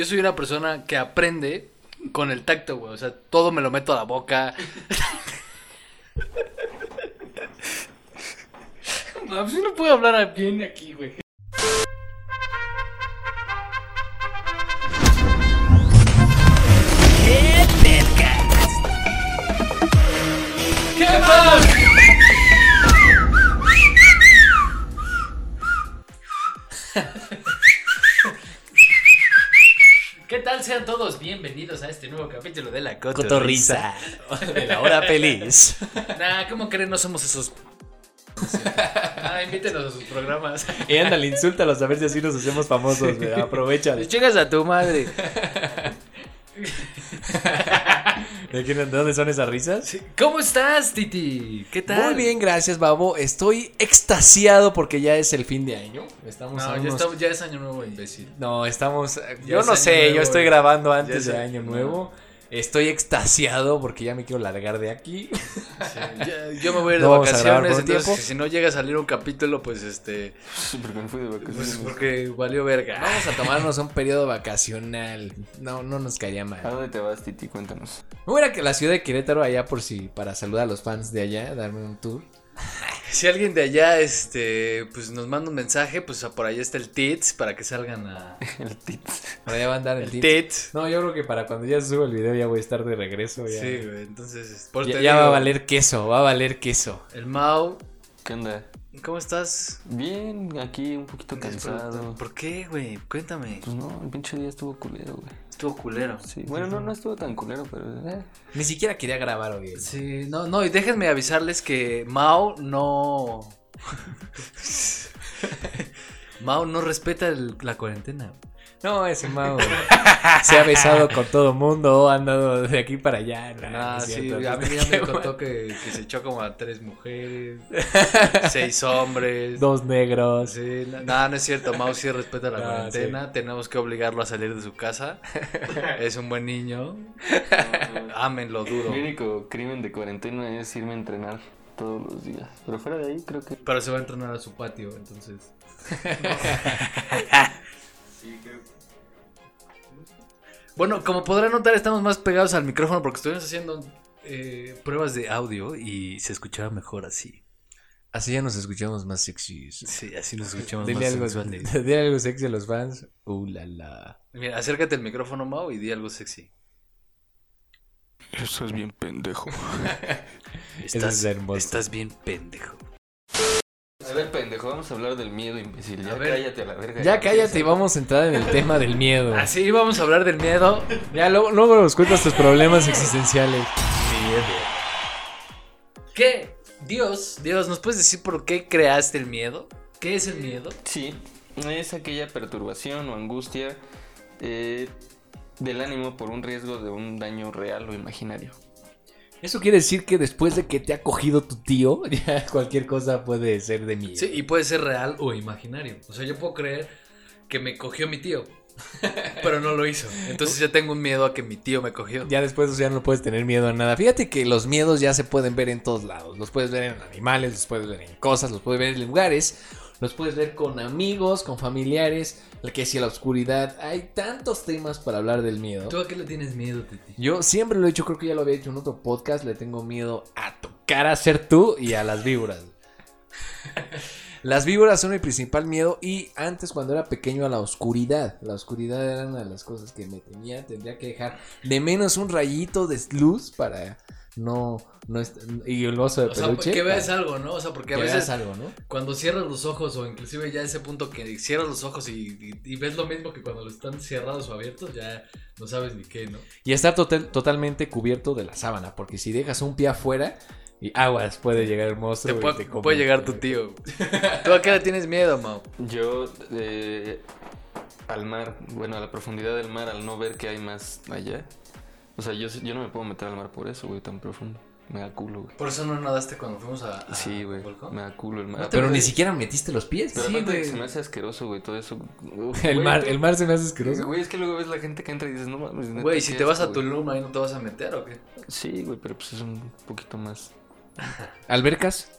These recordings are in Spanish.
Yo soy una persona que aprende con el tacto, güey. O sea, todo me lo meto a la boca. Mames, yo no puedo hablar bien aquí, güey. ¿Qué más? ¿Qué tal? Sean todos bienvenidos a este nuevo capítulo de la Cotorrisa de la hora feliz. Nah, ¿cómo creen? No somos esos. Ah, invítenos a sus programas. Y ándale, insúltalos a ver si así nos hacemos famosos, güey. Aprovecha. Te chingas a tu madre. ¿De quién- de dónde son esas risas? ¿Cómo estás, Titi? ¿Qué tal? Muy bien, gracias, babo. Estoy extasiado porque ya es el fin de año. Estamos No, a ya, unos- estamos- ya es año nuevo, imbécil. No, estamos. Ya Yo es no año sé, nuevo, yo estoy eh. grabando Ya es antes de año año nuevo. Estoy extasiado porque ya me quiero largar de aquí. Ya- yo me voy a ir de No vamos a grabar vacaciones, por un entonces tiempo. si no llega a salir un capítulo, pues este. Pues porque valió verga. Vamos a tomarnos un periodo vacacional. No, no nos caería mal. ¿A dónde te vas, Titi? Cuéntanos. Me voy a ir a la ciudad de Querétaro allá por si para saludar a los fans de allá, darme un tour. Si alguien de allá, este, pues nos manda un mensaje, pues por ahí está el TITS para que salgan a. El Tits. Por allá va a andar el, El Tits. TITS. No, yo creo que para cuando ya suba el video ya voy a estar de regreso. Ya, Sí, güey, entonces. es- por ya, te ya digo, va a valer queso, va a valer queso. El Mau, ¿Qué onda? ¿cómo estás? Bien, aquí un poquito cansado. ¿Por qué, güey? Cuéntame. Pues no, el pinche día estuvo culero, güey. Estuvo culero. Sí. Bueno, no, no estuvo tan culero, pero. eh. Ni siquiera quería grabar hoy. ¿no? Sí, no, no, y déjenme avisarles que Mao no. Mao no respeta el- la cuarentena. No, ese mago se ha besado con todo mundo, ha andado de aquí para allá. no, no Ah, es sí, cierto. a mí ya me contó que, que se echó como a tres mujeres, seis hombres. Dos negros. Sí, no, no, no es cierto, Mao sí respeta la Ah, cuarentena, tenemos que obligarlo a salir de su casa. Es un buen niño, Ah, ámenlo duro. Mi único crimen de cuarentena es irme a entrenar todos los días. Pero fuera de ahí, creo que. Pero se va a entrenar a su patio, entonces. Bueno, como podrán notar, estamos más pegados al micrófono porque estuvimos haciendo eh, pruebas de audio y se escuchaba mejor así. Así ya nos escuchamos más sexys. Sí, así nos escuchamos Dile más algo, sensuales. dile algo sexy a los fans. Uh, la, la. Mira, acércate al micrófono, Mau, y di algo sexy. Eso es bien pendejo. Eso es hermoso. estás bien pendejo. A ver, pendejo, vamos a hablar del miedo, imbécil. Ya A ver. cállate a la verga. Ya cállate y vamos a entrar en el tema del miedo. Eh, Así vamos a hablar del miedo. Ya luego, luego nos cuentas tus problemas existenciales. ¿Qué? Dios, Dios, ¿nos puedes decir por qué creaste el miedo? ¿Qué es el miedo? Sí, es aquella perturbación o angustia eh, del ánimo por un riesgo de un daño real o imaginario. Eso quiere decir que después de que te ha cogido tu tío, ya cualquier cosa puede ser de miedo. Sí, y puede ser real o imaginario. O sea, yo puedo creer que me cogió mi tío, pero no lo hizo. Entonces ya tengo un miedo a que mi tío me cogió. Ya después o sea, no puedes tener miedo a nada. Fíjate que los miedos ya se pueden ver en todos lados. Los puedes ver en animales, los puedes ver en cosas, los puedes ver en lugares, los puedes ver con amigos, con familiares, la que si la oscuridad. Hay tantos temas para hablar del miedo. ¿Tú a qué le tienes miedo, Titi? Yo siempre lo he hecho, creo que ya lo había hecho en otro podcast, le tengo miedo a tocar a ser tú y a las víboras. Las víboras son mi principal miedo y antes cuando era pequeño a la oscuridad, la oscuridad era una de las cosas que me temía, tendría que dejar de menos un rayito de luz para no, no est- y el oso de O sea, peluche. que veas para algo, ¿no? O sea, porque que a veas veces algo, ¿no? cuando cierras los ojos o inclusive ya ese punto que cierras los ojos y, y- y ves lo mismo que cuando están cerrados o abiertos, ya no sabes ni qué, ¿no? Y estar total- totalmente cubierto de la sábana, porque si dejas un pie afuera y aguas puede llegar el Te monstruo. y puede, te come. puede llegar tu tío. ¿Tú a qué le tienes miedo, Mau? Yo eh, al mar, bueno, a la profundidad del mar, al no ver que hay más allá. O sea, yo, yo no me puedo meter al mar por eso, güey, tan profundo. Me da culo, güey. Por eso no nadaste cuando fuimos a, a Sí, güey. Volcón. Me da culo el mar. No te Pero Aparte- ni siquiera metiste los pies. pero sí, aparte de que güey. se me hace asqueroso, güey, todo eso. El mar, el mar se me hace asqueroso. Güey, es que luego ves la gente que entra y dices, no mames. neta, Güey, si qué te vas a asco, güey". Tulum, ahí no te vas a meter o qué? Sí, güey, pero pues es un poquito más. ¿Albercas?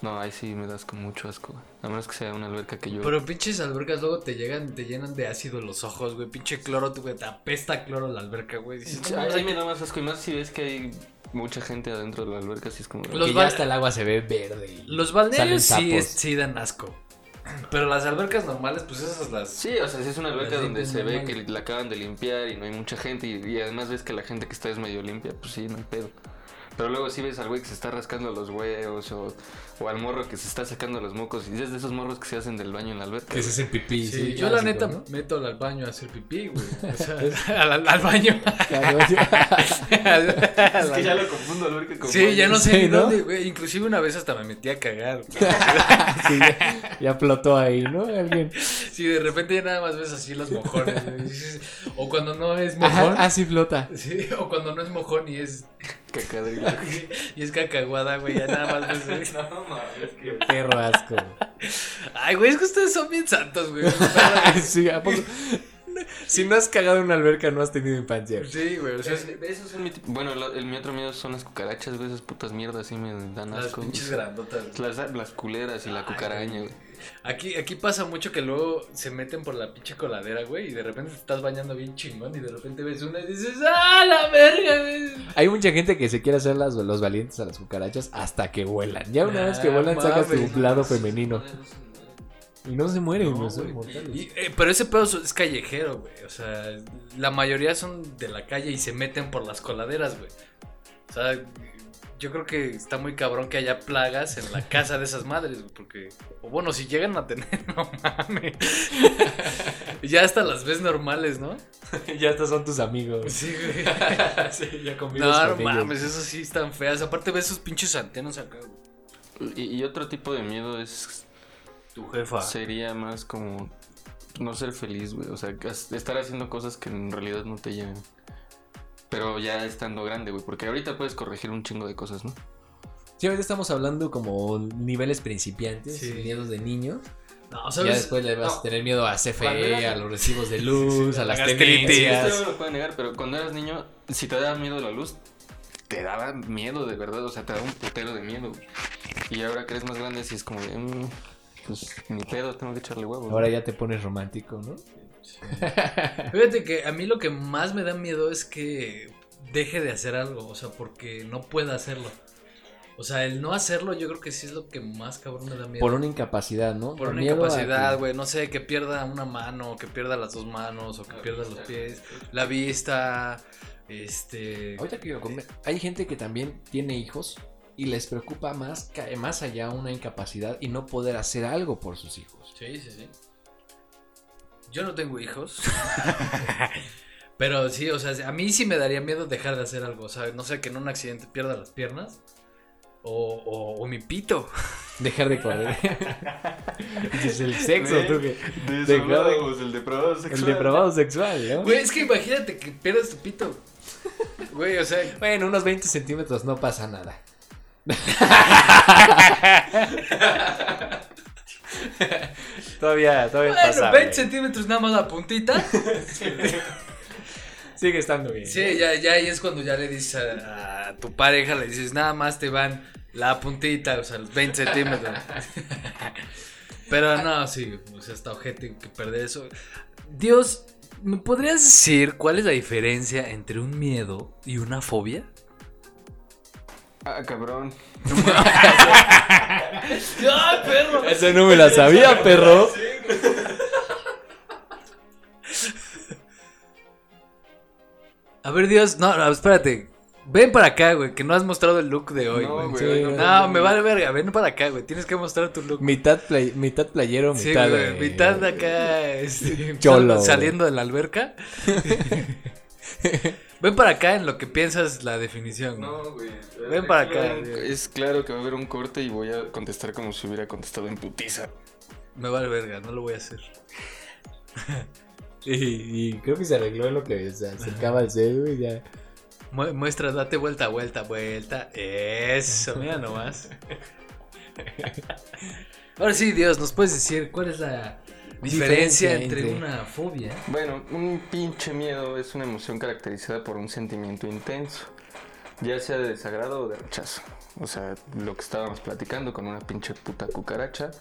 No, ahí sí me das con mucho asco, güey. A menos que sea una alberca que yo. Pero pinches albercas luego te llegan, te llenan de ácido los ojos, güey. Pinche cloro, tú, güey, te apesta a cloro la alberca, güey. Dices, Sí, ahí me da más asco. Y más si ves que hay mucha gente adentro de la alberca, así es como. Los que ba- ya hasta el agua se ve verde. y Los balnearios salen sí, sapos. es- sí dan asco. Pero las albercas normales, pues esas las. Sí, o sea, si es una alberca Así donde es se ve normal. que la acaban de limpiar y no hay mucha gente. Y, y además ves que la gente que está es medio limpia, pues sí, no hay pedo. Pero luego sí ves al güey que se está rascando los huevos o, o al morro que se está sacando los mocos. Y es de esos morros que se hacen del baño en la alberca. Que se hacen pipí. Sí, sí, yo la clásico, neta ¿no? meto al baño a hacer pipí, güey. O sea, al, al baño. Claro, sí. Al- Es que ya lo confundo alberca con sí, ya no sé Sí, ni ¿no? dónde, güey. Inclusive una vez hasta me metí a cagar. güey. Sí, ya, ya flotó ahí, ¿no? Alguien. Sí, de repente ya nada más ves así los mojones. güey. Dices, O cuando no es Ajá, mojón. ah, sí flota. Sí, o cuando no es mojón y es, Cacadrilo. y es cacahuada, güey. Ya nada más ves. No, mames, que. Perro asco. Ay, güey, es que ustedes son bien santos, güey. Sí, ¿a poco? Si no has cagado en una alberca, no has tenido infancia. Sí, güey. O Pues sea, es- Esos son mi tip- Bueno, lo- el, mi otro miedo son las cucarachas, güey. Esas putas mierdas sí me dan las asco. güey. pinches grandotas. güey. Las, las culeras y la cucaraña, güey. Aquí, aquí pasa mucho que luego se meten por la pinche coladera, güey, y de repente te estás bañando bien chingón y de repente ves una y dices, ¡ah, la verga! güey! Hay mucha gente que se quiere hacer las, los valientes a las cucarachas hasta que vuelan. Ya una vez que Ah, vuelan, sacas mames. tu lado femenino. Y no se mueren, No, no son güey. mortales. Y, eh, pero ese pedo es callejero, güey. O sea, la mayoría son de la calle y se meten por las coladeras, güey. O sea, yo creo que está muy cabrón que haya plagas en la casa de esas madres, güey, porque... O bueno, si llegan a tener, no mames. ya hasta las ves normales, ¿no? ya estos son tus amigos. Sí, güey. ya convives No, no con ellos. mames, eso sí están feas. Aparte ves sus pinches antenas acá, güey. Y, y otro tipo de miedo es. Tu jefa. Sería más como. No ser feliz, güey. O sea, que has- estar haciendo cosas que en realidad no te llegan. Pero ya estando grande, güey. Porque ahorita puedes corregir un chingo de cosas, ¿no? Sí, ahorita estamos hablando como niveles principiantes, Sí. miedos de niños. No, Ya ¿sabes? después le vas No. a tener miedo a Cuando CFE, era- a los recibos de luz, a la las gastritis. tenencias. Esto no me lo pueden negar, pero cuando eras niño, si te daba miedo la luz, te daba miedo de verdad. O sea, te daba un putero de miedo, güey. Y ahora que eres más grande, sí es como. de, "Mm, pues ni pedo, tengo que echarle huevos. Ahora ya te pones romántico, ¿no? Fíjate que a mí lo que más me da miedo es que deje de hacer algo, o sea, porque no pueda hacerlo. O sea, el no hacerlo yo creo que sí es lo que más cabrón me da miedo. Por una incapacidad, ¿no? Por Por una miedo a incapacidad, que- güey, no sé, que pierda una mano, que pierda las dos manos, o que pierda los pies, la vista, este... Ahorita que lo come- hay gente que también tiene hijos y les preocupa más, ca- más allá una incapacidad y no poder hacer algo por sus hijos. Sí, sí, sí. Yo no tengo hijos. Pero sí, o sea, a mí sí me daría miedo dejar de hacer algo. O sea, no sé, que en un accidente pierda las piernas. O, o- o mi pito. Dejar de correr. es el sexo, Güey, tú que. de de- eso hablábamos, el depravado sexual. El depravado sexual, ¿no? Güey, es que imagínate que pierdas tu pito. Güey, o sea, Bueno, unos 20 centímetros no pasa nada. todavía, todavía bueno, pasa. 20 centímetros nada más la puntita. Sigue estando bien. Sí, ya, ya ahí es cuando ya le dices a, a tu pareja, le dices, nada más te van la puntita, o sea, los 20 centímetros. Pero no, sí, o sea, está ojete que perder eso. Dios, ¿me podrías decir cuál es la diferencia entre un miedo y una fobia? Ah, cabrón. ¡Ay, perro! Eso no me la sabía, perro. A ver, Dios, no, no, espérate. Ven para acá, güey, que no has mostrado el look de hoy, No, güey. güey, sí, hoy no. No, me vale verga, ven para acá, güey. Tienes que mostrar tu look. Mitad, play- mitad playero, Sí, mitad. güey, eh, mitad de acá, este, Cholo, saliendo de la alberca. Ven para acá en lo que piensas la definición. güey. No, güey. Ven para acá. Es claro que va a haber un corte y voy a contestar como si hubiera contestado en putiza. Me vale verga, no lo voy a hacer. Y, y creo que se arregló en lo que se acercaba al cedo y ya. Mu- muestra, date vuelta, vuelta, vuelta. Eso, mira nomás. Ahora sí, Dios, ¿nos puedes decir cuál es la diferencia, Diferencia entre, entre- una fobia? Bueno, un pinche miedo es una emoción caracterizada por un sentimiento intenso Ya sea de desagrado o de rechazo. O sea, lo que estábamos platicando con una pinche puta cucaracha.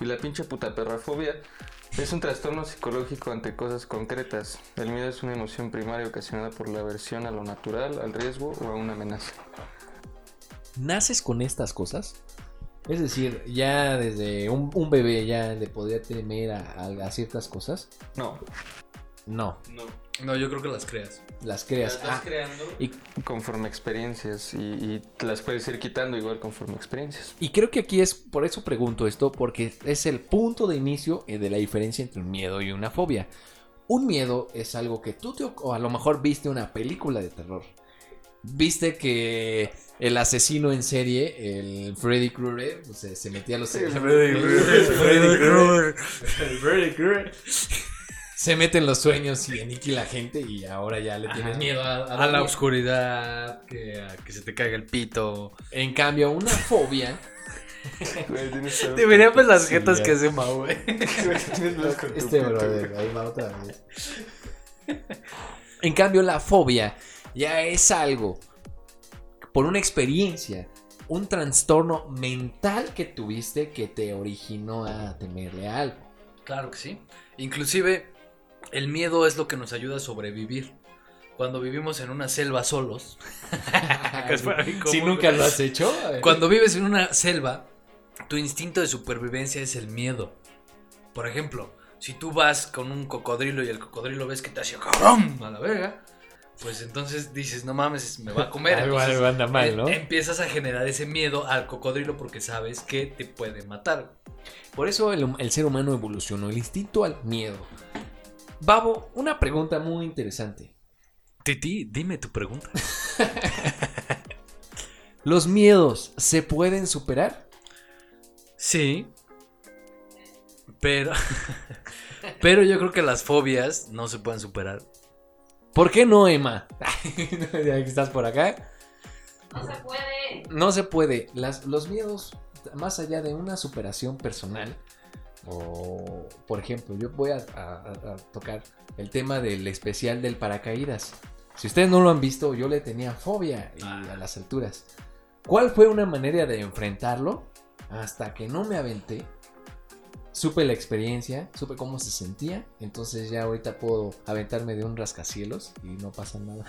Y la pinche puta perrafobia es un trastorno psicológico ante cosas concretas. El miedo es una emoción primaria ocasionada por la aversión a lo natural, al riesgo o a una amenaza. ¿Naces con estas cosas? Es decir, ya desde un, un bebé ya le podría temer a, a- a ciertas cosas. No, No, no. No, yo creo que las creas. las creas. Ah, creando y, conforme experiencias y, y te las puedes ir quitando igual conforme experiencias. y creo que aquí es, por eso pregunto esto, porque es el punto de inicio eh, de la diferencia entre un miedo y una fobia. Un miedo es algo que tú te, oc- o a lo mejor viste una película de terror. Viste que el asesino en serie, el Freddy Krueger, pues, se, se metía a los... se mete en los sueños y aniquila gente y ahora ya le tienes Ajá. miedo a, A la dormir. oscuridad, que, a que se te caiga el pito. En cambio, una fobia. Debería pues las jetas ya. que hace Mau, güey. este brother, ahí va otra vez. En cambio, la fobia ya es algo por una experiencia, un trastorno mental que tuviste que te originó a temerle a algo. Claro que sí. Inclusive, el miedo es lo que nos ayuda a sobrevivir. Cuando vivimos en una selva solos. Ah, que fuera bien si común, nunca güey. lo has hecho, eh. Cuando vives en una selva, tu instinto de supervivencia es el miedo. Por ejemplo, si tú vas con un cocodrilo y el cocodrilo ves que te hace cabrón a la verga, pues entonces dices, no mames, me va a comer. Algo- Entonces, algo anda mal, em- ¿no? Empiezas a generar ese miedo al cocodrilo porque sabes que te puede matar. Por eso el, hum- el ser humano evolucionó, el instinto al miedo. Babo, una pregunta muy interesante. Titi, dime tu pregunta. ¿Los miedos se pueden superar? Sí. Pero. pero yo creo que las fobias no se pueden superar. ¿Por qué no, Emma? ya que estás por acá. No se puede. No se puede. Las- los miedos, más allá de una superación personal, o por ejemplo, yo voy a, a- a- a tocar el tema del especial del paracaídas. Si ustedes no lo han visto, yo le tenía fobia y a las alturas. ¿Cuál fue una manera de enfrentarlo? Hasta que no me aventé, supe la experiencia, supe cómo se sentía, entonces ya ahorita puedo aventarme de un rascacielos y no pasa nada.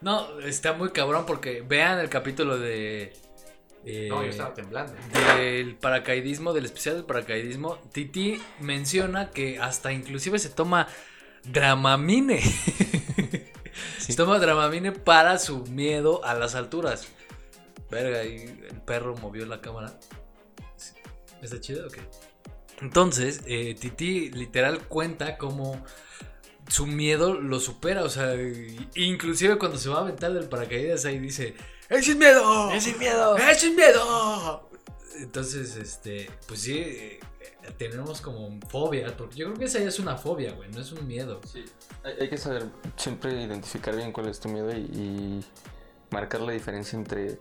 No, está muy cabrón porque vean el capítulo de. eh, No, yo estaba temblando. Del paracaidismo, del especial del paracaidismo. Titi menciona que hasta inclusive se toma dramamine. Se toma dramamine para su miedo a las alturas. Verga, y el perro movió la cámara. ¿Está chido o qué? Entonces, eh, Titi literal cuenta cómo su miedo lo supera. O sea, y- inclusive cuando se va a aventar del paracaídas, ahí dice: ¡Es sin miedo! ¡Es sin miedo! ¡Es sin miedo! Entonces, este, pues sí, eh, tenemos como fobias, porque yo creo que esa ya es una fobia, güey, no es un miedo. Hay, hay que saber siempre identificar bien cuál es tu miedo y, y marcar la diferencia entre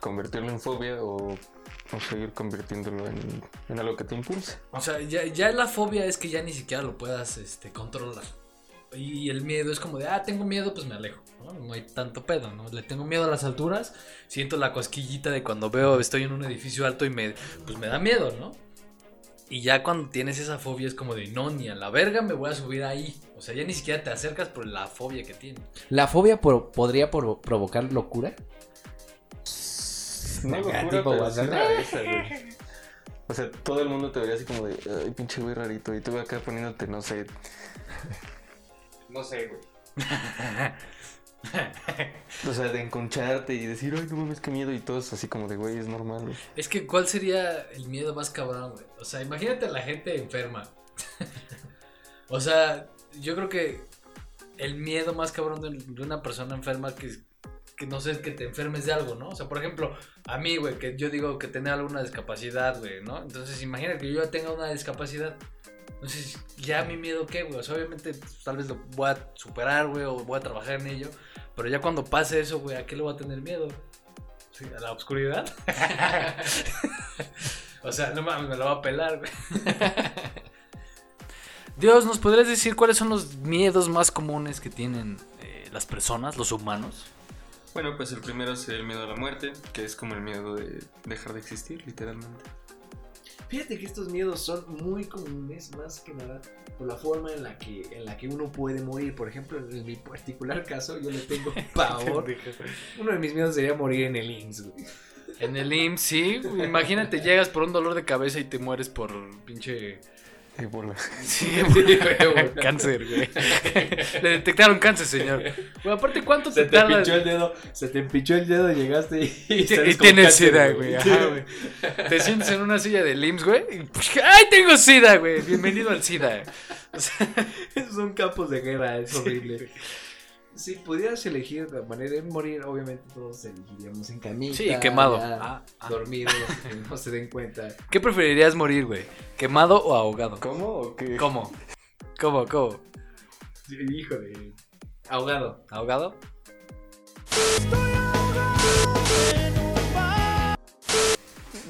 convertirlo en fobia o, o seguir convirtiéndolo en, en algo que te impulse. O sea, ya, ya la fobia es que ya ni siquiera lo puedas este, controlar. Y el miedo es como de, ah, tengo miedo, pues me alejo. ¿no? No hay tanto pedo, ¿no? Le tengo miedo a las alturas, siento la cosquillita de cuando veo, estoy en un edificio alto y me, pues me da miedo, ¿no? Y ya cuando tienes esa fobia es como de, no, ni a la verga me voy a subir ahí. O sea, ya ni siquiera te acercas por la fobia que tienes. ¿La fobia por- podría por- provocar locura? No Acá, locura, tipo pero WhatsApp. sí la esa, güey. O sea, todo el mundo te vería así como de, ay, pinche güey rarito, y tú acá poniéndote, no sé, No sé, güey. o sea, de enconcharte y decir, ay, no mames, qué miedo, y todos así como de, güey, es normal. güey". Es que, ¿cuál sería el miedo más cabrón, güey? O sea, imagínate a la gente enferma. o sea, yo creo que el miedo más cabrón de, de una persona enferma que, que no sé, es que te enfermes de algo, ¿no? O sea, por ejemplo, a mí, güey, que yo digo que tenía alguna discapacidad, güey, ¿no? Entonces, imagínate que yo ya tenga una discapacidad. Entonces, ya mi miedo, ¿qué, güey? O sea, obviamente, pues, tal vez lo voy a superar, güey, o voy a trabajar en ello. Pero ya cuando pase eso, güey, ¿a qué le voy a tener miedo? Sí, ¿A la oscuridad? o sea, no mames, me lo va a pelar, güey. Dios, ¿nos podrías decir cuáles son los miedos más comunes que tienen eh, las personas, los humanos. Bueno, pues el primero sería el miedo a la muerte, que es como el miedo de dejar de existir, literalmente. Fíjate que estos miedos son muy comunes, más que nada, por la forma en la que, en la que uno puede morir. Por ejemplo, en mi particular caso, yo le tengo pavor. Uno de mis miedos sería morir en el IMSS, güey. En el IMSS, sí. Imagínate, llegas por un dolor de cabeza y te mueres por pinche. Eh, Sí, güey, güey, cáncer, güey. Le detectaron cáncer, señor. Güey, aparte, ¿cuánto Se te, te tardas? pinchó el dedo, se te pinchó el dedo, llegaste y... Y, te- sales y con tienes cáncer, sida, güey. Ajá, güey. Te sientes en una silla de limbs, güey. y, ¡Ay, tengo sida, güey! Bienvenido al sida. O sea, Son campos de guerra, es horrible. Si pudieras elegir la manera de morir, obviamente todos elegiríamos en camita. sí, quemado. ya, Ah, ah. Dormido, que no se den cuenta. ¿Qué preferirías morir, güey? ¿Quemado o ahogado? ¿Cómo o qué? ¿Cómo? ¿Cómo? ¿Cómo? Híjole. Ahogado. ¿Ahogado?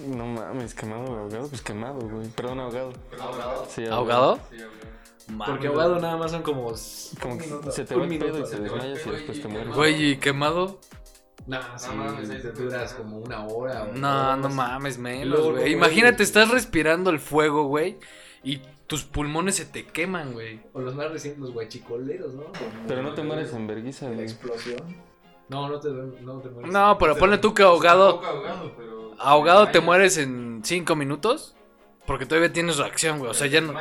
No mames, quemado o ahogado, pues quemado, güey. Perdón, ahogado. ¿Ahogado? Sí, ¿Ahogado? Mames. Porque ahogado nada más son como. s- Como un que minuto, se te un va el pedo y minuto. te desmayas y después te mueres. Güey, ¿y quemado? No, sí, mames, te ahí sí. duras como una hora. o No, dos. no mames, menos, Luego, güey. güey. Imagínate, estás respirando el fuego, güey, y tus pulmones se te queman, güey. O los más recientes, los guachicoleros, ¿no? Pero no te mueres en vergüenza, La güey. explosión. No, no te, no te mueres. pues, No, pero ponle tú que ahogado. Ahogado te mueres en cinco minutos. Porque todavía tienes reacción, güey. O sea, ya no.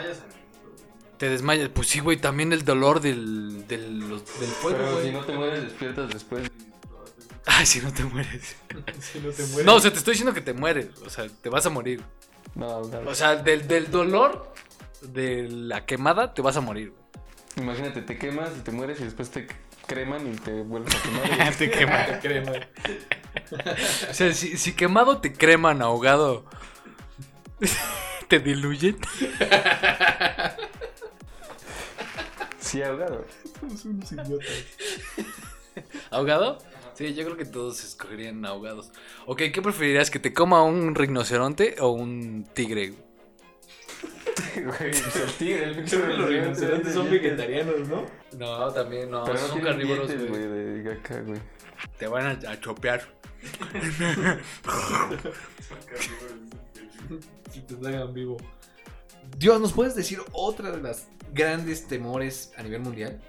Te desmayas. Pues sí, güey, también el dolor del, del, los- del fuego, Pero si güey. no te mueres, despiertas después. Ay, si no te mueres. Si no te mueres. No, o sea, te estoy diciendo que te mueres. O sea, te vas a morir. No, ahogado. O sea, del, del dolor de la quemada, te vas a morir. güey. Imagínate, te quemas y te mueres y después te creman y te vuelves a quemar. Te queman. Te crema. O sea, si, si quemado te creman, ahogado. ¿Te diluyen? Sí, ahogado. Somos unos idiotas. ¿Ahogado? Sí, yo creo que todos escogerían ahogados. Ok, ¿qué preferirías? ¿Que te coma un rinoceronte o un tigre? Güey, pues el tigre, el pinche Los rinocerontes son dientes. vegetarianos, ¿no? No, también no. Pero no son tienen carnívoros, dientes, güey. güey. De acá, güey. Te van a, a chopear. Si te traigan vivo. Dios, ¿nos puedes decir otra de las grandes temores a nivel mundial?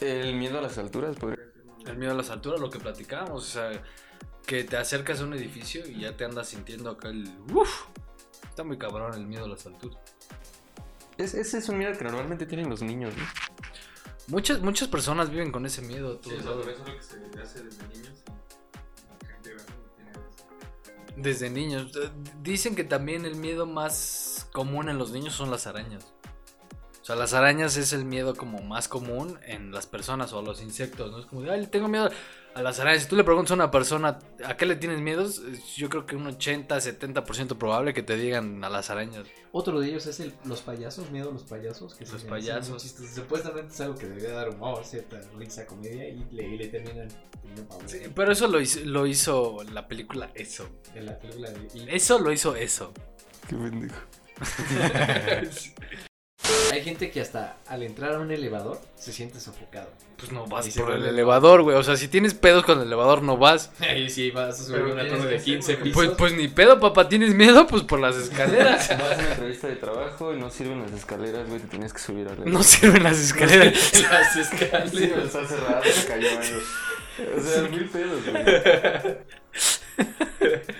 El miedo a las alturas, pues. podría. El miedo a las alturas, lo que platicábamos. O sea, que te acercas a un edificio y ya te andas sintiendo acá el... Uf, está muy cabrón el miedo a las alturas. Es, ese es un miedo que normalmente tienen los niños, ¿no? Muchas, muchas personas viven con ese miedo. a todo lo lado. que se hace desde niños. y La gente grande tiene eso. Desde niños. D- Dicen que también el miedo más común en los niños son las arañas. O sea, las arañas es el miedo como más común en las personas o a los insectos, ¿no? Es como de, ay, le tengo miedo a las arañas. Si tú le preguntas a una persona, ¿a qué le tienes miedos? Es- Yo creo que un 80, 70% probable que te digan a las arañas. Otro de ellos es el, los payasos, miedo a los payasos. Que Los se me hacen muy payasos. chistosos. Supuestamente es algo que debería dar humor, cierta risa, comedia, y le, y le terminan teniendo pavor. Sí, pero eso lo hizo, lo hizo la película Eso. En la película de... y- Eso lo hizo Eso. Pues Qué pendejo. Hay gente que hasta al entrar a un elevador se siente sofocado. Pues no vas Y se por el vuelve- elevador, güey. O sea, si tienes pedos con el elevador, no vas. Ahí sí, vas a subir una torre de 15 Pues, pues ni pedo, papá. ¿Tienes miedo? Pues por las escaleras. Vas a una entrevista de trabajo y no sirven las escaleras, güey, te tenías que subir a la. No sirven las escaleras. las Sí, escaleras. está cerrada, se cayó, güey. O sea, mil pedos, güey.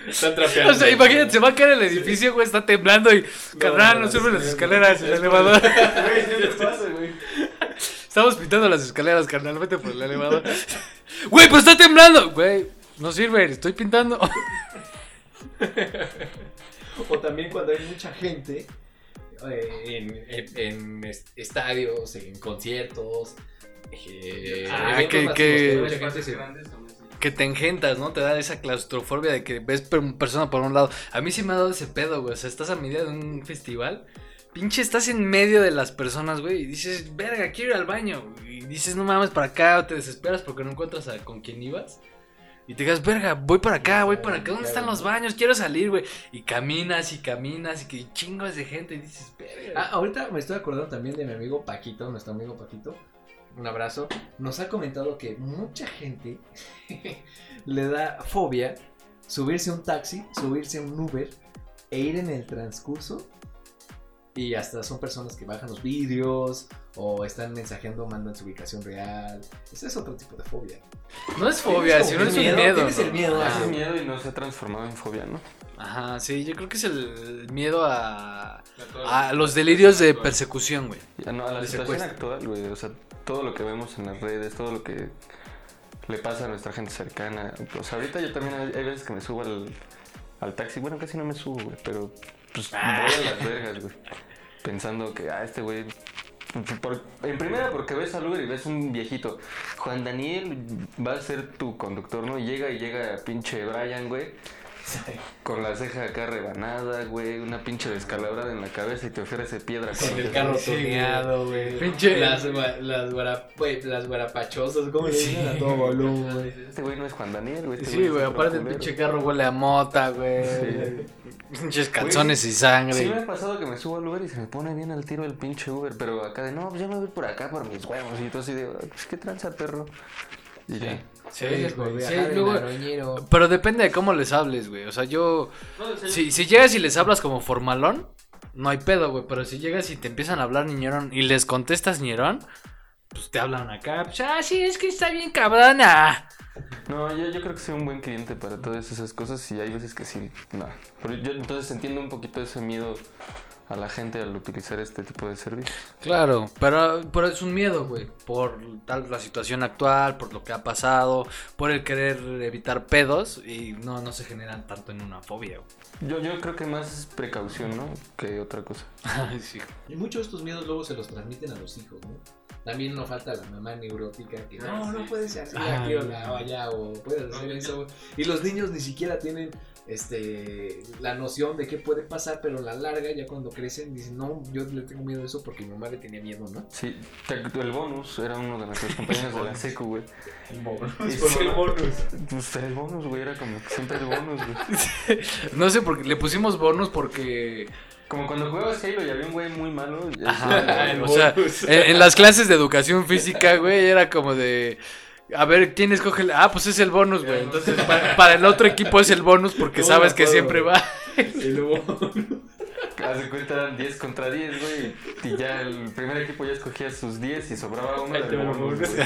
Están trapeando. O sea, imagínate, se va a caer el edificio, güey, está temblando y. Carnal, no, sirven las escaleras, el elevador. Güey, ¿qué te pasa, güey? Estamos pintando las escaleras, carnal, vete por el elevador. Güey, pero está temblando. Güey, no sirve, estoy pintando. O también cuando hay mucha gente eh, en, en- en est- estadios, en conciertos. eh, Ah, eventos que- masivos que- mucha gente se- Que te engentas, ¿no? Te da esa claustrofobia de que ves per- persona por un lado. A mí sí me ha dado ese pedo, güey. O sea, estás a medida de un festival. Pinche, estás en medio de las personas, güey. Y dices, verga, quiero ir al baño. Y dices, no mames, para acá. o te desesperas porque no encuentras a- con quién ibas. Y te digas, verga, voy para acá, voy para acá, ¿dónde están los baños? Quiero salir, güey. Y caminas y caminas y que chingos de gente. Y dices, verga. Ah, ahorita me estoy acordando también de mi amigo Paquito, nuestro amigo Paquito. Un abrazo. Nos ha comentado que mucha gente le da fobia subirse a un taxi, subirse a un Uber e ir en el transcurso. Y hasta son personas que bajan los vidrios o están mensajeando, mandan su ubicación real. Ese es otro tipo de fobia. No es fobia, Tienes sino como es un miedo. Tienes ¿no? el miedo. Ah. Ese así. miedo y no se ha transformado en fobia, ¿no? Ajá, sí, yo creo que es el miedo a, a Ah, los delirios de persecución, güey. Ya no, a la De situación secuestro. actual, güey. O sea, todo lo que vemos en las redes, todo lo que le pasa a nuestra gente cercana. O sea, ahorita yo también hay hay veces que me subo al, al taxi. Bueno, casi no me subo, güey, pero pues voy a las vergas, güey. Pensando que, ah, este güey. por- en primera, porque ves al Uber y ves un viejito. Juan Daniel va a ser tu conductor, ¿no? Y llega y llega pinche Brian, güey. Con la ceja acá rebanada, güey. Una pinche descalabrada en la cabeza y te ofrece piedra. Con el cualquier- carro Sí, güey. tuneado, güey. Pinche- Las, gua- las, guara- güey, las guarapachosas, ¿cómo le dicen? A todo volumen. güey. Este güey no es Juan Daniel, güey. este Sí, es güey, otro aparte el culero. pinche carro huele a mota, güey. Pinches calzones y sangre. Sí me ha pasado que me subo al Uber y se me pone bien al tiro el pinche Uber, pero acá de, no, pues yo me voy por acá por mis huevos y todo así de, pues qué tranza, perro. Y ya. Sí, Gracias por güey, sí, viajar en luego- Aroñero. pero depende de cómo les hables, güey. O sea, yo. Si, si llegas y les hablas como formalón, no hay pedo, güey. Pero si llegas y te empiezan a hablar niñerón y les contestas ñerón, pues te hablan acá. Pues, ah, sí, es que está bien cabrona. No, yo, yo creo que soy un buen cliente para todas esas cosas y hay veces que sí, no. Pero yo entonces entiendo un poquito ese miedo a la gente al utilizar este tipo de servicios. Claro, pero, pero es un miedo, güey. Por tal la situación actual, por lo que ha pasado, por el querer evitar pedos. Y no, no se generan tanto en una fobia, Yo, yo creo que más es precaución, ¿no? Que otra cosa. güey. sí, Y muchos de estos miedos luego se los transmiten a los hijos, ¿no? También no falta la mamá neurótica que no, no puedes hacer Ah, aquí o la- o allá o puedes hacer eso. Y los niños ni siquiera tienen este la noción de qué puede pasar, pero a la larga ya cuando crecen dicen, no, yo le tengo miedo a eso porque mi mamá le tenía miedo, ¿no? Sí, te- el bonus era uno de nuestros compañeros de la secu, güey. Y sí, Pues el bonus, güey, era como que siempre el bonus, güey. No sé, porque le pusimos bonus porque. Como cuando jugabas Halo y había un güey muy malo. y- Ajá, el o sea, en, en las clases de educación física, güey, era como de. A ver, ¿quién escoge? el- Ah, pues es el bonus, güey. Entonces, para, para el otro equipo es el bonus porque No, sabes no que puedo, siempre güey. va. Y luego Haz de cuenta eran 10 contra 10, güey. Y ya el primer equipo ya escogía sus 10 y sobraba uno del bonus, güey.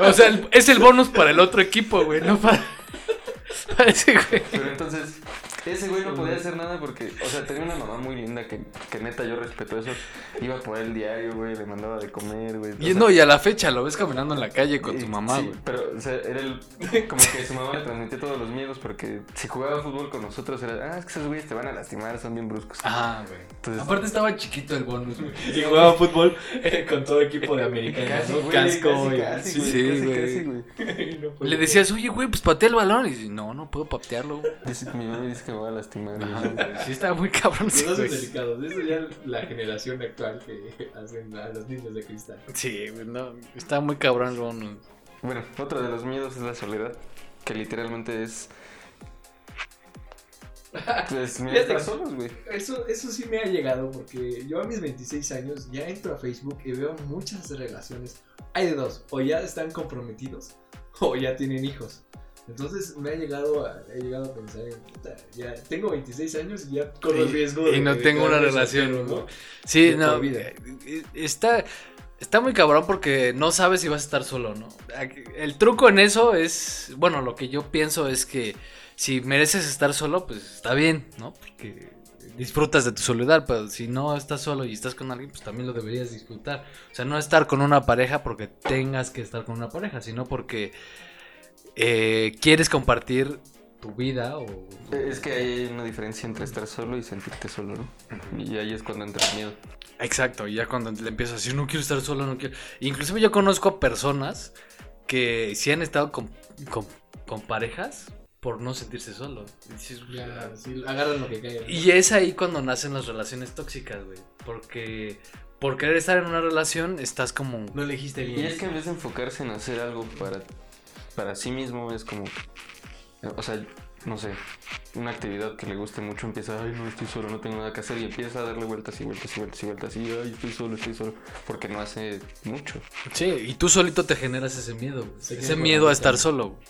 O sea, el- es el bonus para el otro equipo, güey, no para. para ese güey. Pero entonces, ese güey no podía hacer nada porque, o sea, tenía una mamá muy linda que, que neta yo respeto eso. Iba por el diario, güey, le mandaba de comer, güey. Y o sea, no, y a la fecha lo ves caminando en la calle con y- tu mamá, Eh, sí, güey. pero, o sea, era el, como que su mamá le transmitía todos los miedos porque si jugaba fútbol con nosotros era, ah, es que esos güeyes te van a lastimar, son bien bruscos. Ajá, Ah, güey. Entonces, Aparte estaba chiquito el bonus, güey. y jugaba fútbol eh, con todo equipo de americanos, ¿no? güey, casco casi, y casi, sí, güey, güey. casi, casi, güey. no podía. Le decías, oye, güey, pues patea el balón. Y dice, no, no puedo patearlo, güey. Dice, mi mamá dice que me va a lastimar. güey. Ajá, güey. Sí, estaba muy cabrón. Los ese dos son güey. delicados, eso ya la generación actual que hacen a los niños de cristal. Sí, güey, no, está muy cabrón el bonus. Bueno, otro de los miedos es la soledad, que literalmente es... Pues mira, Fíjate estar que- solos, güey. Eso, eso sí me ha llegado porque yo a mis 26 años ya entro a Facebook y veo muchas relaciones. Hay de dos, o ya están comprometidos o ya tienen hijos. Entonces me ha llegado a, he llegado a pensar, en, puta, ya tengo 26 años y ya corro el Y- riesgo y no de tengo una quedarme relación, soltero, güey. Sí, De por no, vida. eh, está, está muy cabrón porque no sabes si vas a estar solo, ¿no? Aquí- El truco en eso es, bueno, lo que yo pienso es que si mereces estar solo, pues está bien, ¿no? Porque disfrutas de tu soledad, pero si no estás solo y estás con alguien, pues también lo deberías disfrutar. O sea, no estar con una pareja porque tengas que estar con una pareja, sino porque eh, quieres compartir tu vida o... tu- Eh, Es que ahí hay una diferencia entre estar solo y sentirte solo, ¿no? Y ahí es cuando entra el miedo. Exacto, y ya cuando le empiezas a decir, no quiero estar solo, no quiero. Inclusive yo conozco a personas que sí han estado con, con- con parejas por no sentirse solo. Y dices, ¿no? Ya, sí, agarran lo que caiga. y es ahí cuando nacen las relaciones tóxicas, güey. Porque por querer estar en una relación estás como... No elegiste bien. Y es que en vez de enfocarse en hacer algo para para sí mismo es como. O sea, no sé. Una actividad que le guste mucho empieza, ay, no estoy solo, no tengo nada que hacer. Y empieza a darle vueltas y vueltas y vueltas y vueltas. Y ay, estoy solo, estoy solo. Porque no hace mucho. Sí, y tú solito te generas ese miedo, güey. Ese miedo a estar solo, güey.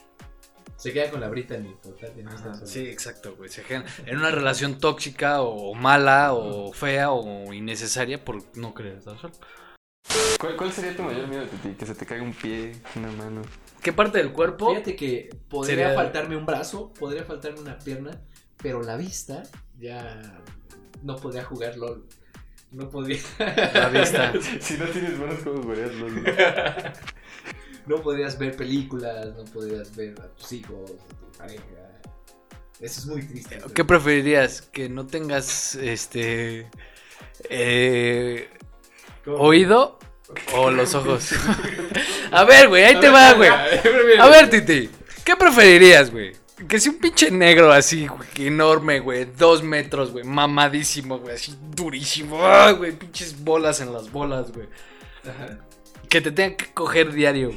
Se queda con la Brittany. Total, no está Ajá, solo. Sí, exacto, güey. Se gen- en una relación tóxica o mala o fea o innecesaria por no querer estar solo. ¿Cuál, cuál sería tu mayor miedo, Titi? Que se te caiga un pie, una mano. ¿Qué parte del cuerpo? Fíjate que podría Sería- faltarme un brazo, podría faltarme una pierna, pero la vista ya no podría jugar LOL. No podría. La vista. si no tienes manos, ¿cómo jugarías LOL? No podrías ver películas, no podrías ver a tus hijos, a tu pareja. Eso es muy triste. ¿Qué preferirías? ¿Que no tengas este eh, ¿Cómo? oído o los ojos? A ver, güey, ahí te A ver, va, a güey. ver, A ver, Titi, ¿qué preferirías, güey? Que si un pinche negro así, güey, que enorme, güey, dos metros, güey, mamadísimo, güey, así durísimo, ¡ay, güey, pinches bolas en las bolas, güey. Ajá. Que te tenga que coger diario,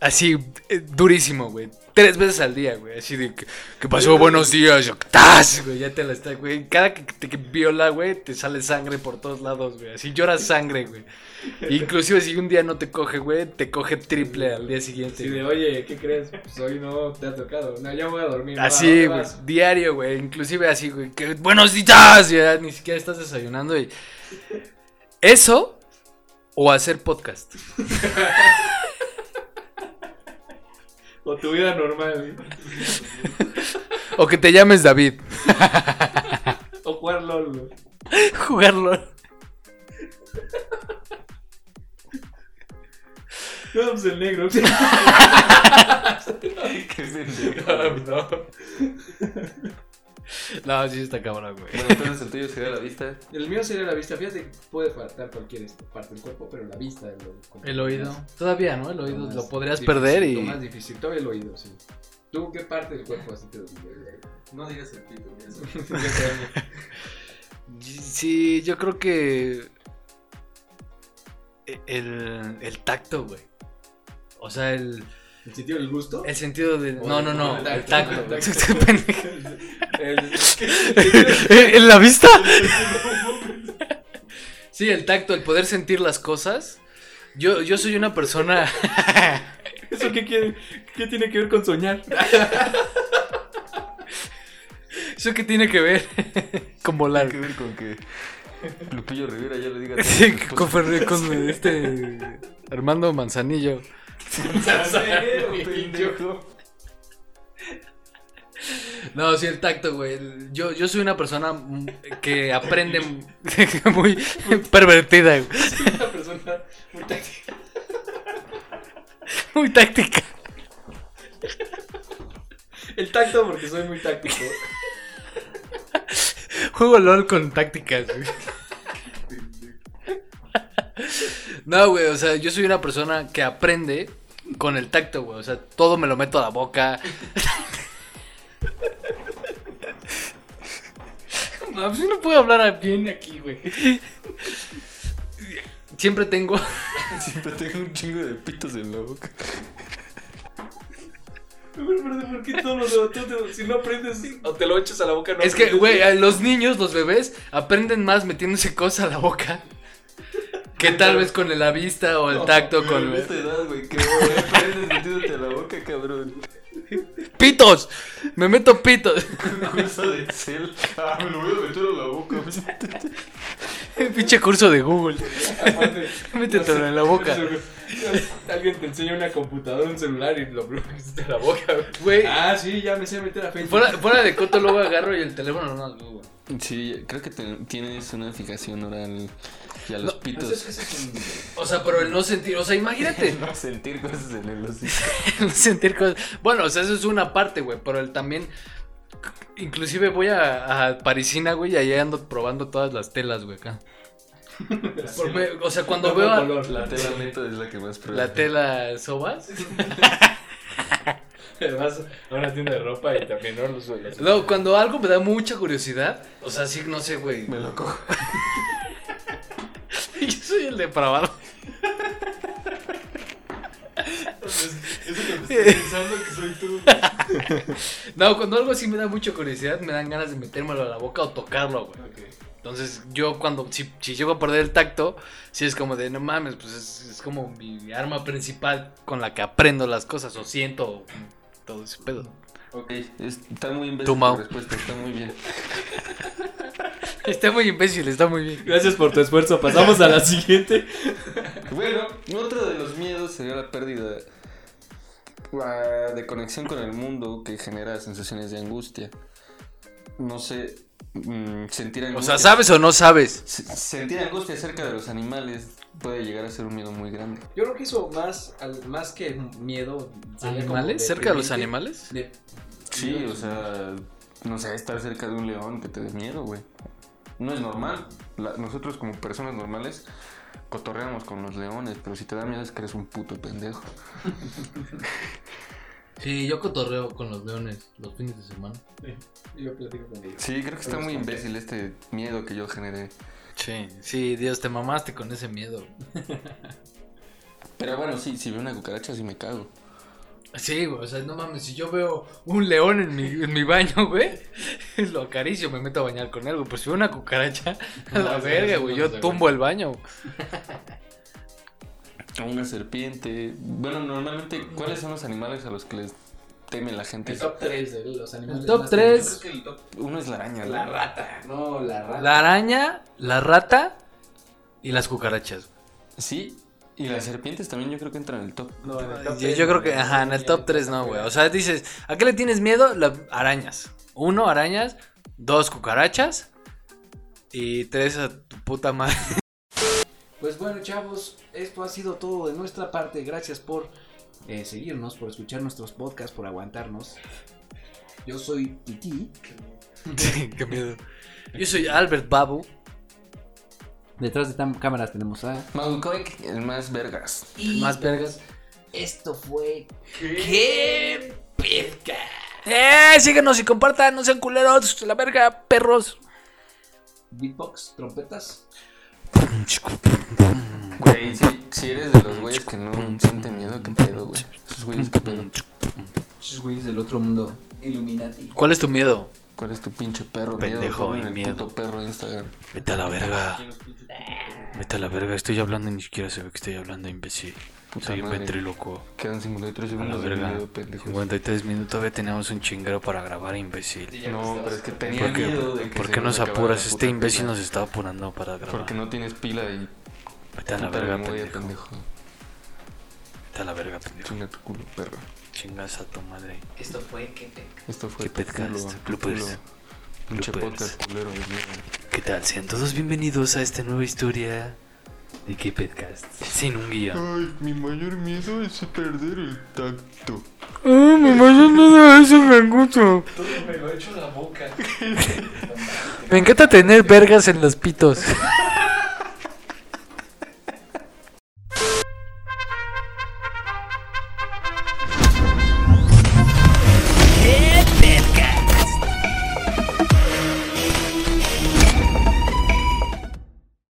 así, eh, durísimo, güey, tres veces al día, güey, así de, que que pasó? Buenos días, yo, ¡tas! Güey, ya te la está, güey, cada que te que viola, güey, te sale sangre por todos lados, güey, así lloras sangre, güey. Inclusive si un día no te coge, güey, te coge triple al día siguiente. Sí, güey. de, oye, ¿qué crees? Pues hoy no te ha tocado. No, ya voy a dormir. va, Así, ¿dónde Ah, güey, vas? diario, güey, inclusive así, güey, que buenos días, ya ni siquiera estás desayunando y... Eso o hacer podcast. O tu vida normal. güey. O que te llames David. O jugar LOL, güey. Jugarlo. No, pues el negro. ¿Qué pendejo. No. No, sí está cabrón, güey. Bueno, entonces el tuyo sería la vista. El mío sería la vista. Fíjate que puede faltar cualquier este- parte del cuerpo, pero la vista es lo- El oído. Todavía, ¿no? El oído más lo podrías difícil, perder Lo y... más difícil, todavía el oído, sí. ¿Tú qué parte del cuerpo así te No digas el pito, Sí, yo creo que... e, El, el tacto, güey. O sea, el, ¿El sentido del gusto? el sentido de... O No, no, no. el El tacto, tacto. el Estoy pendejo. El- ¿En en la vista? Sí, el tacto, el poder sentir las cosas. Yo, yo soy una persona. ¿Eso qué, quiere- qué tiene que ver con soñar? ¿Eso qué tiene que ver? Con volar. que ver con que Lupillo Rivera ya le diga. Pues, Sí, con, Ferre- con este. Armando Manzanillo. No, sí, el tacto, güey. Yo, yo soy una persona mm, que aprende mm, muy pervertida, güey. Una persona muy táctica. muy táctica. El tacto porque soy muy táctico. Juego LOL con tácticas, güey. No, güey, o sea, yo soy una persona que aprende con el tacto, güey. O sea, todo me lo meto a la boca. Mames, yo no puedo hablar bien aquí, güey. Siempre tengo. Siempre tengo un chingo de pitos en la boca. Pero, pero, ¿Por qué todos los tú te- Si no aprendes o te lo echas a la boca, no Es que, aprendes? güey, a los niños, los bebés, aprenden más metiéndose cosas a la boca que tal vez con la vista o el tacto, con. Pero en esta edad, güey, que güey, aprendes metiéndote a la boca, cabrón. ¡Pitos! Me meto pitos. Un curso de Excel. Ah, me lo voy a meter a la boca. Pinche curso de Google. Aparte, Métetelo en la boca. Alguien te enseña una computadora, un celular y lo bloqueas de la boca, güey. Güey, Ah, sí, ya me sé meter a Facebook. fuera, fuera de coto luego agarro y el teléfono no lo Google. Sí, creo que te- tienes una fijación oral y a los Ah, pitos. O sea, pero el no sentir, o sea, imagínate. No sentir cosas en el hocico. el no sentir cosas. Bueno, o sea, eso es una parte, güey, pero el también... Inclusive voy a, a Parisina, güey, y ahí ando probando todas las telas, güey, acá. Porque, o sea, cuando veo a- La tela neta es la que más prueba. la tela sobas... Vas a una tienda de ropa y también no los suelos. No, cuando algo me da mucha curiosidad, o sea, sí, no sé, güey. Me lo cojo. Yo soy el depravado. Eso que me estoy pensando que soy tú. güey. No, cuando algo así me da mucha curiosidad, me dan ganas de metérmelo a la boca o tocarlo, güey. Ok. Entonces, yo cuando, si, si llego a perder el tacto, sí es como de, no mames, pues es, es como mi arma principal con la que aprendo las cosas o siento todo ese pedo. Ok, está muy imbécil Tú, tu Mau. respuesta, está muy bien. Está muy imbécil, está muy bien. Gracias por tu esfuerzo. Pasamos a la siguiente. Bueno, otro de los miedos sería la pérdida ah, de conexión con el mundo que genera sensaciones de angustia. No sé, mm, sentir O angustia. sea, ¿sabes o no sabes? Se- Sentir angustia acerca de los animales puede llegar a ser un miedo muy grande. Yo creo que eso más, al- más que miedo. sería como ¿Animales? ¿Cerca de los deprimente. animales? De- Sí, o sea, no sé, estar cerca de un león que te dé miedo, güey. No es normal. La- nosotros como personas normales cotorreamos con los leones, pero si te da miedo es que eres un puto pendejo. Sí, yo cotorreo con los leones los fines de semana. Yo platico con ellos. Sí, creo que está muy imbécil este miedo que yo generé. Sí, sí, Dios, te mamaste con ese miedo. Pero bueno, sí, si veo una cucaracha sí me cago. Sí, güey, o sea, no mames, si yo veo un león en mi, en mi baño, güey, lo acaricio, me meto a bañar con él, güey. Pues si veo una cucaracha, a la No, sí, verga, sí, güey, no, yo no sé, tumbo el baño. A una serpiente. Bueno, normalmente, ¿cuáles son los animales a los que les teme la gente? El top 3 de los animales. El top más tres. temidos. Yo creo que el top- Uno es la araña, ¿no? La rata. No, la rata. La araña, la rata y las cucarachas. Sí, y las serpientes también yo creo que entran en el top. No, en el top Yo, tres, yo creo no, que, la ajá, en el araña, top 3 no, güey. O sea, dices, ¿a qué le tienes miedo? Las arañas. Uno, arañas. Dos, cucarachas. Y tres, a tu puta madre. Pues bueno, chavos, esto ha sido todo de nuestra parte. Gracias por eh, seguirnos, por escuchar nuestros podcasts, por aguantarnos. Yo soy Titi. qué miedo. Yo soy Albert Babu. Detrás de tam- cámaras tenemos a. Mau Koik, el más vergas. Y Más vergas. esto fue. ¡Qué pesca! ¡Eh! Síganos y compartan, no sean culeros. La verga, perros. Beatbox, trompetas. Güey, si, si eres de los güeyes que no siente miedo, qué pedo, güey. Esos güeyes, qué pedo. Esos güeyes del otro mundo. Illuminati. ¿Cuál es tu miedo? ¿Cuál es tu pinche perro? Pendejo Miedo, y el miedo. puto perro de Instagram. Vete a la verga. Vete a la verga. Estoy hablando y ni siquiera se ve que estoy hablando, imbécil. Puta Soy un madre. ventriloquio. Quedan 53 A la segundos de verga. video, pendejo. 53 minutos, todavía tenemos un chinguero para grabar, imbécil. No, pero es que tenía ¿Por qué, miedo de que por se qué nos nos acabara apuras? la Este puta imbécil pila. nos está apurando para grabar. Porque no tienes pila y Vete a la puta verga, memoria, pendejo. pendejo. Vete a la verga, pendejo. Chinga tu culo, perro. Chingas a tu madre. Esto fue que te... Esto fue Qué tu podcast, culo, tu bloopers, culo. Pinche bloopers. podcast culero de mierda. ¿Qué tal? Sean todos bienvenidos a esta nueva historia de K-Podcast. Sin un guía. Ay, mi mayor miedo es perder el tacto. me imagino eso, rangucho. Todo me lo he hecho en la boca. Me encanta tener vergas en los pitos.